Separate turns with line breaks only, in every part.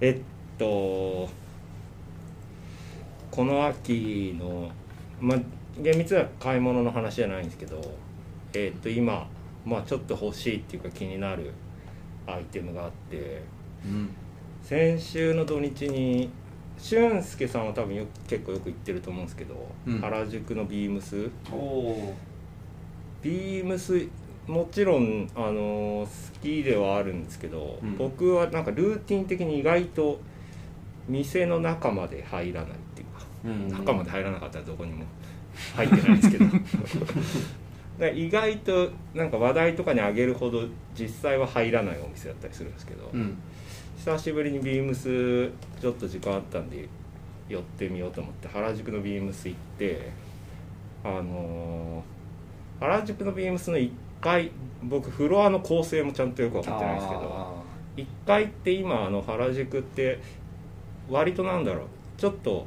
えっとこの秋のまあ厳密な買い物の話じゃないんですけどえっと今まあちょっと欲しいっていうか気になるアイテムがあって
うん
先週の土日に俊介さんは多分よく結構よく行ってると思うんですけど、
うん
原宿のビームス
おお
ビームスもちろん、あのー好きではあるんですけど、
うん
僕はなんかルーティン的に意外と店の中まで入らないっていうか、
うん
中まで入らなかったらどこにも 入ってないんですけど だから意外となんか話題とかにあげるほど実際は入らないお店だったりするんですけど、
うん
久しぶりにビームスちょっと時間あったんで寄ってみようと思って原宿のビームス行ってあのー原宿のビームスの1階僕フロアの構成もちゃんとよく分かってないんですけど
あ
1階って今あの原宿って割となんだろうちょっと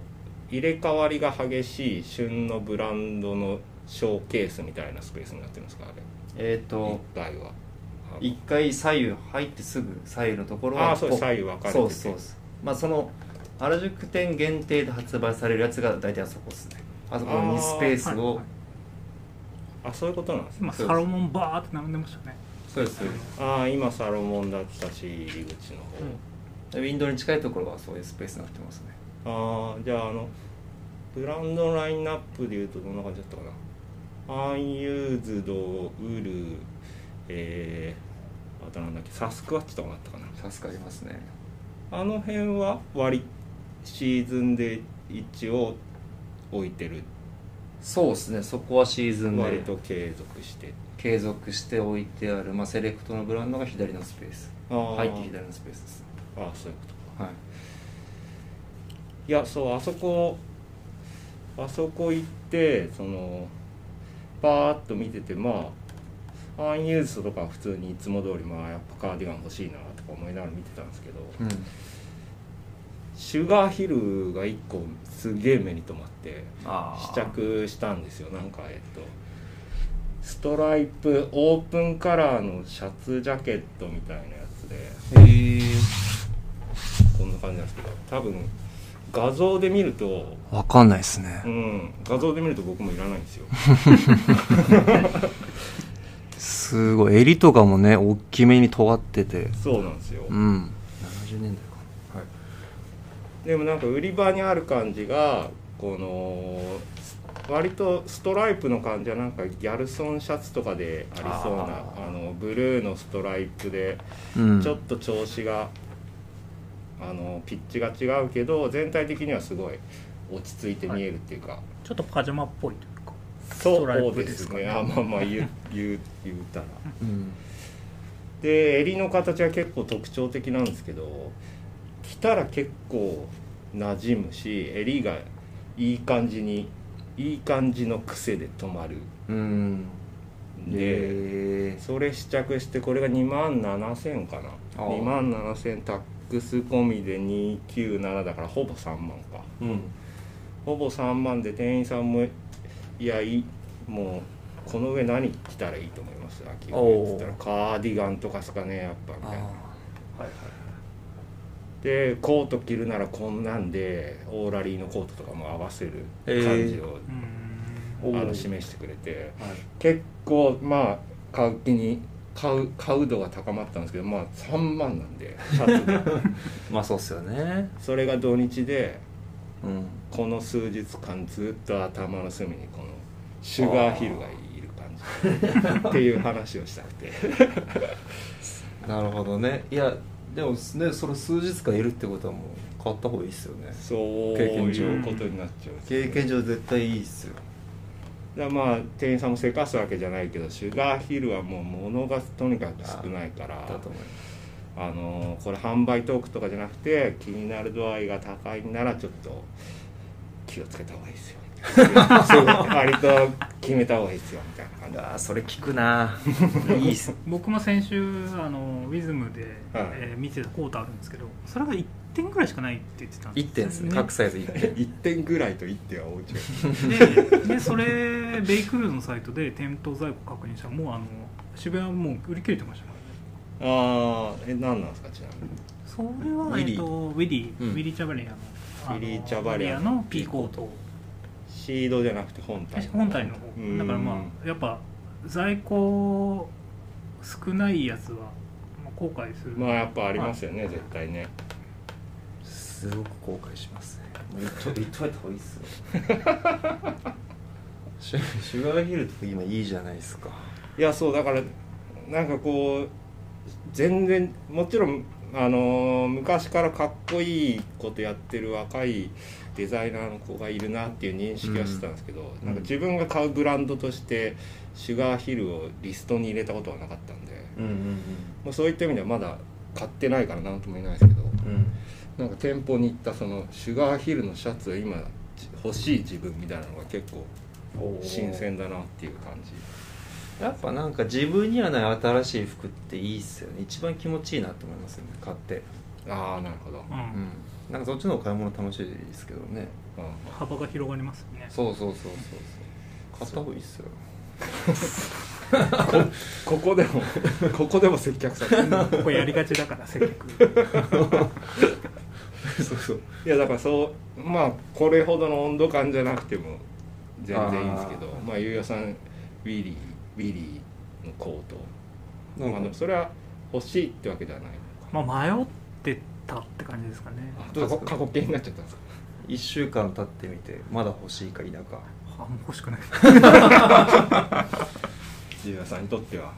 入れ替わりが激しい旬のブランドのショーケースみたいなスペースになってるんですかあれ
ーえっ、
1
と
階はあの
一回左右入ってすぐ左右のところは
あーそう
こ
左右分かれてて
そうそうですまあその原宿店限定で発売されるやつが大体あそこですねあそこにスペースを、
はい
あそういうことなんですね
今サロモンバーって並んでましたね
そうですそうです
ああ今サロモンだったし入り口の
ウィンドウに近いところはそういうスペースになってますね
方、ああじゃああのブランドのラインナップでいうとどんな感じだったかなアンユーズドウルえー、あとなんだっけサスクワッチとかもあったかな
助かりますね
あの辺は割シーズンで一応置いてる
そうですねそこはシーズン
割
で
と継続して
継続して置いてある、まあ、セレクトのブランドが左のスペース
あー
入って左のスペースです
ああそういうこと
はい
いやそうあそこあそこ行ってそのパーッと見ててまあアンユーズとかは普通にいつも通りまあやっぱカーディガン欲しいなとか思いながら見てたんですけど
うん
シュガーヒルが1個すげえ目に留まって
あ
試
ー
着したんですよなんかえっとストライプオープンカラーのシャツジャケットみたいなやつで
へえ
こんな感じなんですけど多分画像で見ると
分かんないですね
うん画像で見ると僕もいらないんですよ
すごい襟とかもね大きめに尖ってて
そうなんですよ、
ん70年代かはい
でもなんか売り場にある感じがこの割とストライプの感じはなんかギャルソンシャツとかでありそうな
あ
あのブルーのストライプで
うん
ちょっと調子が、あのピッチが違うけど全体的にはすごい落ち着いて見えるっていうか、
ちょっとパジャマっぽいというか
そ
ストライ
う
プ
で
です
す
か
ね
ね
あまあまあ言う言う言うたら。
うん
で襟の形は結構特徴的なんですけど着たら結構馴染むし襟がいい感じにいい感じの癖で止まる
うん
んで、
へ
それ試着してこれが2万7000かな
あー
2万7000タックス込みで297だからほぼ3万か
えうん
ほぼ3万で店員さんも「いやいいもうこの上何着たらいいと思います秋冬」っつったら「
お
カーディガンとかですかねやっぱ」みたいな。
はいはい
でコート着るならこんなんでオーラリーのコートとかも合わせる感じを、
う
お
ん
ー
あの示してくれて
はい
結構まあ買う気に買う買う度が高まったんですけどまあ3万なんでシャ ツが
まあそうっすよね
それが土日で
うん
この数日間ずっと頭の隅にこのシュガーヒルがいる感 じっていう話をしたくて
なるほどねいやでもねそれ数日間いるってことはもう買った方がいいっすよね
そう
経験上
いうことになっちゃうんですよね
経験上絶対いいっすよ
だからまあ店員さんもせかすわけじゃないけどシュガーヒルはもう物がとにかく少ないから
だと思います
あのーこれ販売トークとかじゃなくて気になる度合いが高いならちょっと気をつけた方がいいですよ割と決めた方がいいですよみたいな感じ
ああそれ聞くないいっす
僕も先週あのウィズムで、
はい
えー見てたコートあるんですけどそれが1点ぐらいしかないって言ってたんです
1点ですね各サイズ1点
1点ぐらいと1点は大違い
ででそれベイクルーズのサイトで店頭在庫確認したらもうあの渋谷はもう売り切れてましたからね
ああえ何なんですかちなみに
それは
ウィリー
えっと、ウィリー、
うん
ウィリー・チャバリアのあの
ウィリーチャバリアの
バのピーコート
シードじゃなくて本体
本体
う
の方
ん
だからまあやっぱ在庫少ないやつはまあ後悔する
まあやっぱありますよね絶対ね
すごく後悔しますね言っ と言っといた方がいいっすよ シュシュガーヒルと今いいじゃないですか
いやそうだからなんかこう全然もちろんあのー昔からかっこいいことやってる若いデザイナーの子がいるなっていう認識はしてたんですけど、
うん
なんか自分が買うブランドとしてシュガーヒルをリストに入れたことはなかったんで、
うんうん
まあ、そういった意味ではまだ買ってないから何とも言えないですけど
うんうん
なんか店舗に行ったそのシュガーヒルのシャツを今じ欲しい自分みたいなのが結構新鮮だなっていう感じ
やっぱなんか自分にはない新しい服っていいっすよね一番気持ちいいなと思いますよね買って
ああなるほど、
う、
うんんなんかそっちの方が買い物楽しいですけどね
うん
幅が広がりますよね
そうそうそうそうそう買った方がいいっすよ
ここでも ここでも接客されてる
ここやりがちだから接 客
そうそう
いやだからそうまあこれほどの温度感じゃなくても全然いいんですけど
あ
まあゆうやさんウィリーウィリーのコート
なん
まあ
か
でもそれは欲しいってわけではない
まあ迷ってたって感じですかね
あ
どう
過
です
去
か
過去形になっちゃったんですか
1週間経ってみてまだ欲しいか否か
あもう欲 しくない
ゆうやさんにとっては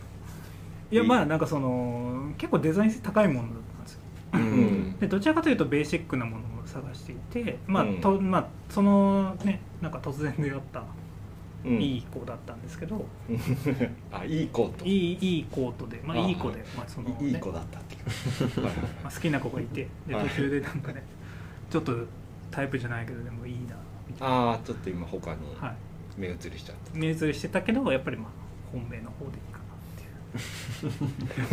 い
やまあなんかその結構デザイン性高いものだったんですよ
う
うん
でどちらかというとベーシックなものを探していてまあ、
うん
とまあそのねなんか突然出会った
うん
いい子だったんですけど、
あいいコート
いいいいコートでまあ
あ
いい子で
は
まあその、ね、
いいい子だったっていう はいはい
まあ、好きな子がいてで
はい
途中でなんかねちょっとタイプじゃないけどでもいいなみたい
ああちょっと今他に
なはい
目移りしちゃった
目移りしてたけどやっぱりまあ本命の方でいいか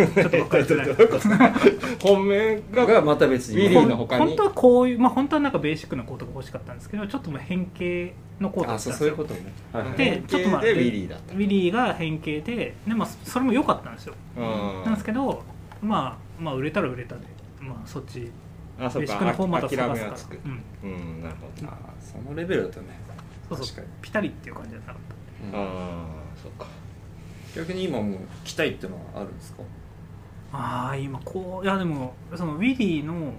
な っていうちょっと分かりづらい
本命が
がまた別に
ウィリーの他に
本当はこういうまあ本当はなんかベーシックなコートが欲しかったんですけどちょっとまあ変形のコートだ
あ
った
そう
んです
そういう
よ
ことねはいはい
でちょっとまあ
でウィリーだった
ウィリーが変形でで、まあ、それも良かったんですよ
うん
なんですけど、まあ、まあ売れたら売れたで、まあ、そっち
あ
ベ
そ
ー
っ
シ
か
ックの方また
諦
探
め
すか
は
ら
つく、
うん、
うんなるほど
あーそのレベルだとね
そう
確
そ
か
うピタリっていう感じじゃなかった
に、うん
ああそっか
逆に今もう着たいってのはあるんですか
ああ今こういやでもそのウィリーの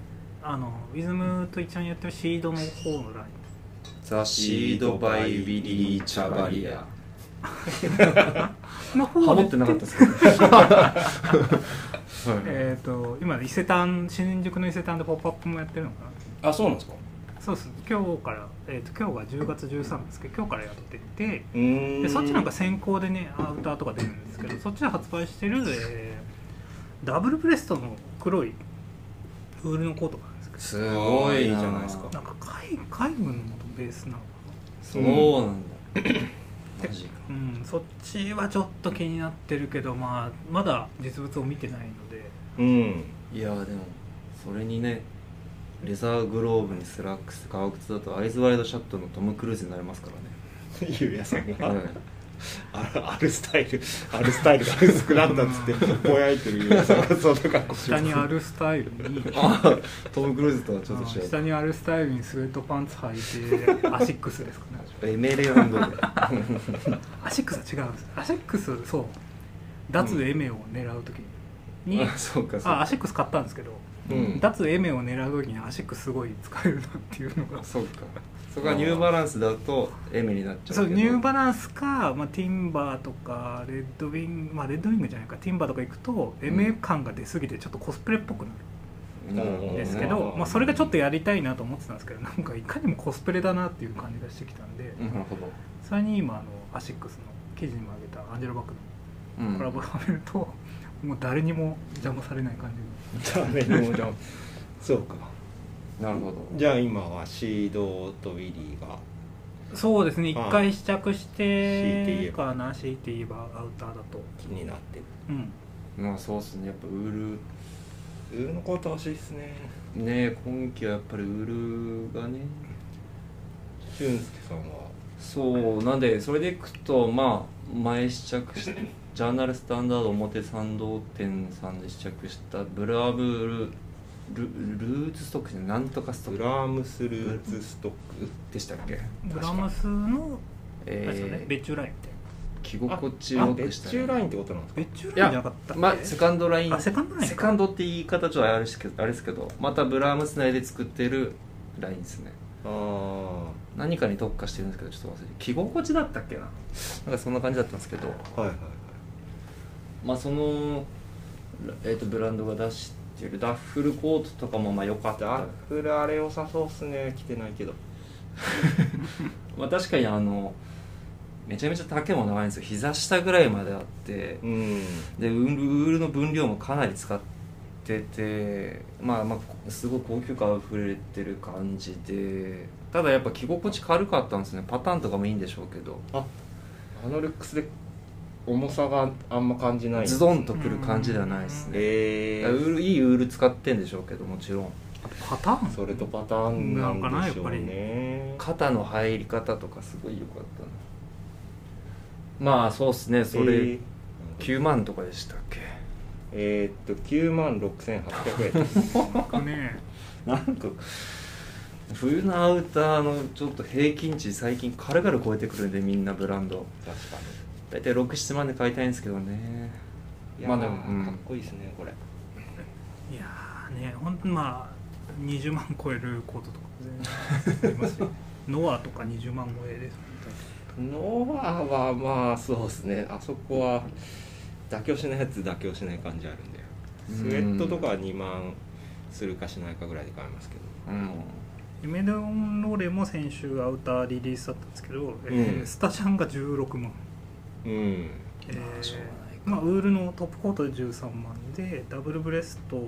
あのウィズムと一緒にやってるシードの方のライン
ザ・シード・バイ・ウィリー・チャバリア
の
ハ
方
モ
で
ってなかったですけどねはい
えー、と今伊勢丹新宿の伊勢丹で「ポップアップもやってるのかな
あそうなんですか
そうです今日から、えー、と今日が10月13日ですけど今日からやってて
うーん
でそっちなんか先行でねアウターとか出るんですけどそっちで発売してる、えーダブルブレストの黒いウールのコートがあるんですけど
すごいじゃないです
あ
か
なんか海海軍の元ベースなのか
そうなんだマジか
な、うん、そっちはちょっと気になってるけど、まあ、まだ実物を見てないので
うん
いやーでもそれにねレザーグローブにスラックス革靴だとアイズワイドシャットのトム・クルーズになりますからね
ゆうやさんが、
はい
あるあるスタイルあるスタイルが薄くなったっつってぼやいてるゆうやさんがそんな格好して
下
ます
にあるスタイルに
あトム・クルーズとはちょっと
あ
違
下にあるスタイルにスウェットパンツ履 いてアシックスですかね
うエメレアンドで
アシックスは違うんですアシックスそう脱エメを狙う時に、
あそうかそう
あア
か
シックス買ったんですけど、
うん
脱エメを狙う時にアシックスすごい使えるなっていうのが
そうかそこはニューバランスだとエメになっちゃうけど
そうニューバ
ラン
ランスか、まあ、ティンバーとかレッドウィングまあレッドウィングじゃないかティンバーとか行くと
うん
エメ感が出過ぎてちょっとコスプレっぽくな
スなるほ
る
ど
ん
ね
ですけど、
うん
まあ、それがちょっとやりたいなと思ってたんですけどなんかいかにもコスプレだなっていう感じがしてきたんで、
うんなるほど、
それに今あのアシックスの記事にも挙げたアンジェロバック
う
の
ん
コラボを見ると、もう誰にも邪魔されない感じ
誰にもじゃあそうか
なるほど
じゃあ今はシードとウィリーが
がそうですね一
ああ
回試着し
強いて言え
て
ば
かな強いて言えばアウターだと
気になってる
うん
まあそうっすねやっぱウー
ウールのコート欲しいっすね
ルね今季はやっぱりウールがね
俊介さんは
そうなんでそれでいくとまあ前試着しジャーナルスタンダード表参道店さんで試着したブラブルルルーツストックじゃないなんとかスト
グ
ック
ラムスルーツストック
でしたっけ
グラムスの、あれですよね
えー
別注ラインみたいな
着心地
あ
よく
別
したい
注ラインってことなんですか
別注
い
ラインじゃなか
や
ったっけ
まあセカンドライン
あセカンドラインか
セカンドって言い方ちょっとあれですけどあれですけどまたブラームス内で作ってるラインですね
ああ
何かに特化してるんですけどちょっと忘れて着心地だったっけななんかそんな感じだったんですけど
はいはい
まあその、えー、とブランドが出してるダッフルコートとかもまあ良かった
ダッフルあれ良さそうっすね着てないけど
まあ確かにあのめちゃめちゃ丈も長いんですよ膝下ぐらいまであって
うん
でウールの分量もかなり使っててまあまあすごい高級感あふれてる感じでただやっぱ着心地軽かったんですねパターンとかもいいんでしょうけど
ああのルックスで重さがあんま感じない
ズドンとくる感じではないですね
ええ
ウ
ー、
ールいいウール使ってんでしょうけどもちろん
パターン
それとパターンなんでしょうね
肩の入り方とかすごい良かったなまあそうっすねそれ、
えー
9万とかでしたっけ
えーっと9万6800円です
僕ね
なんか冬のアウターのちょっと平均値最近軽々超えてくるんでみんなブランド
確か
大体67万で買いたいんですけどね
に
まあでも
いやー
うん
かっこいいですねこれ
いやーねほんとまあ20万超えるコートとか全然ありますよノアとか20万超えです
ノアはまあそうですねあそこは妥協しないやつ妥協しない感じあるんで
うん
スウェットとかは2万するかしないかぐらいで買いますけど
うん
メデオンローレも先週アウターリリースだったんですけど、えー
うん
スタシャンが16万、
うん
えー
まあしょうがないか
まあ、ウールのトップコートで13万でダブルブレストの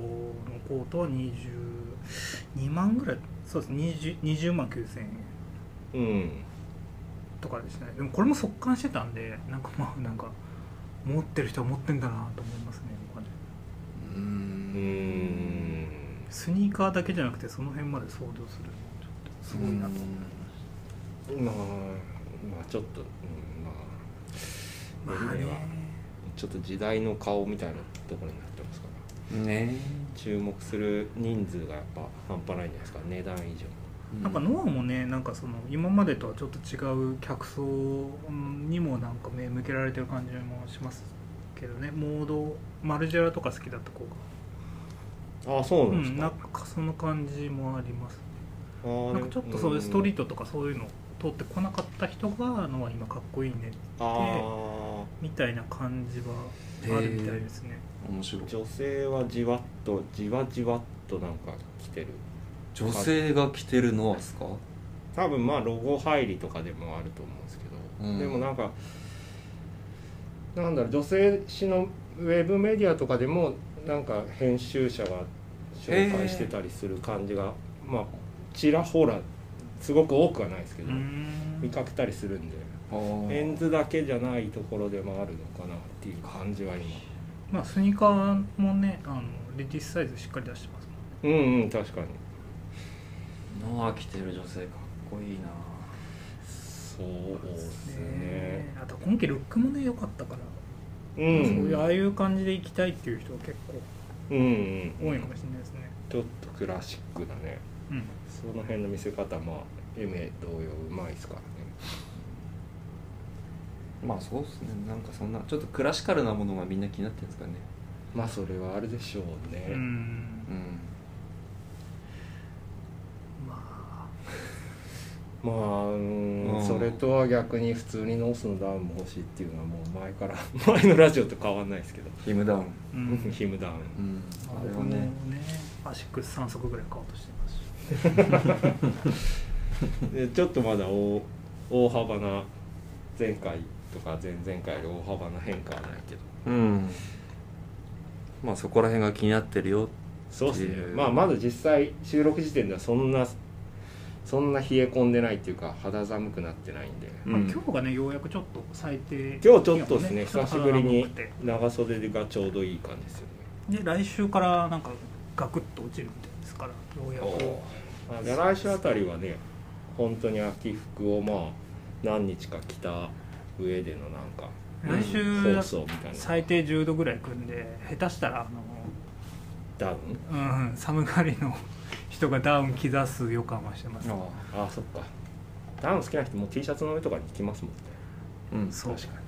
コートは22万ぐらいそうです 20, 20万9000円
うん
とかですねでもこれも速乾してたんでなんかまあなんか持ってる人は持ってんだなと思いますね僕はね
う
うんん
スニーカーだけじゃなくてその辺まで想像するすごいなと
まあまあちょっと、うん、まあ
まあね
メルネはちょっと時代の顔みたいなところになってますから
ね
注目する人数がやっぱ半端ないんじゃないですか値段以上に
なんかノアもねなんかその今までとはちょっと違う客層にもなんか目向けられてる感じもしますけどねモードマルジェラとか好きだった子が
ああそう
う
なんで
ん
す
なん
か、
かその感じもあります
あー
なんかちょっとそういうストリー
ト
トとかそういうの通ってこなかった人がノア今かっこいいね
あ
みたいな感じはあるみたいですね
面白い
あ女性はじわっとじわじわっとなんか来てる
女性が着てるのはですか
多分まあロゴ入りとかでもあると思うんですけど、
うん
でもなんかなんだろう女性誌のウェブメディアとかでもなんか編集者が紹介してたりする感じが、まあちらほらすごく多くはないですけ
う
ど、
ーん
見かけたりするんでメンズだけじゃないところでもあるのかなっていう感じは今
まあスニーカーもねあのレディースサイズしっかり出してますもんね
うんうん確かに
ノア着てる女性かっこいいな
そうですね
えあと今季ルックもね良かったから、
う
そういうんああいう感じで行きたいっていう人が結構
うんうん
多いかもしれないですね
ちょっとクラシックだね
うん
その辺の見せ方まあエメ同様うまいですからね
まあそうっすねなんかそんなちょっとクラシカルなものがみんな気になってるんですかね
まあそれはあるでしょうね、
うん
うん
まあ
まあうん
うん
それとは逆に普通にノースのダウンも欲しいっていうのはもう前 から前のラジオと変わんないですけど、
ヒムダウン
う
うんん、ヒムダウン、
うんあれ
僕
は
もね
ね
アシックス3足ぐらい買おうとしてますし
でちょっとまだ大大幅な前回とか前々回より大幅な変化はないけど
うんまあそこら辺が気になってるよ
そうですね
え、ー
まあ、まず実際収録時点ではそんなそんな冷え込んでないっていうか肌寒くなってないんで、
うん
まあ、今日がねようやくちょっと最低気
今
温
日ちょっとですね
も
久しぶり
ちょ
に
っと肌寒
長袖がちょうどいい感じですよね
くてで来週からなんかガクッと落ちるみたいですからようやく
まあで来週あたりはね本当に秋服をまあ何日か着た上でのなんか
来週
放
だ
送みたいな
最低10度ぐらいいくんで下手したらあの
ダウン
うん、寒がりの人がダウン着ざす予感はしてます、
あ
ああそっかダウン好きな人もう T シャツの上とかに着ますもんね
あうん
そう
確かに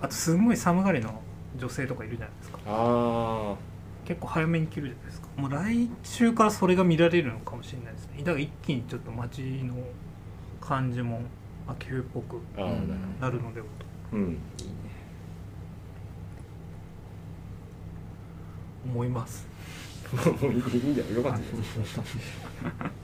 あとすごい寒がりの女性とかいるじゃないですか
あ
結構早めに着るじゃないですかもう来週からそれが見られるのかもしれないですねだから一気にちょっと街の感じも秋冬っぽく
ーあー
うん
なる
なるのでは
ほ
と
どうん
いいね
思います
もういいんだよよかったです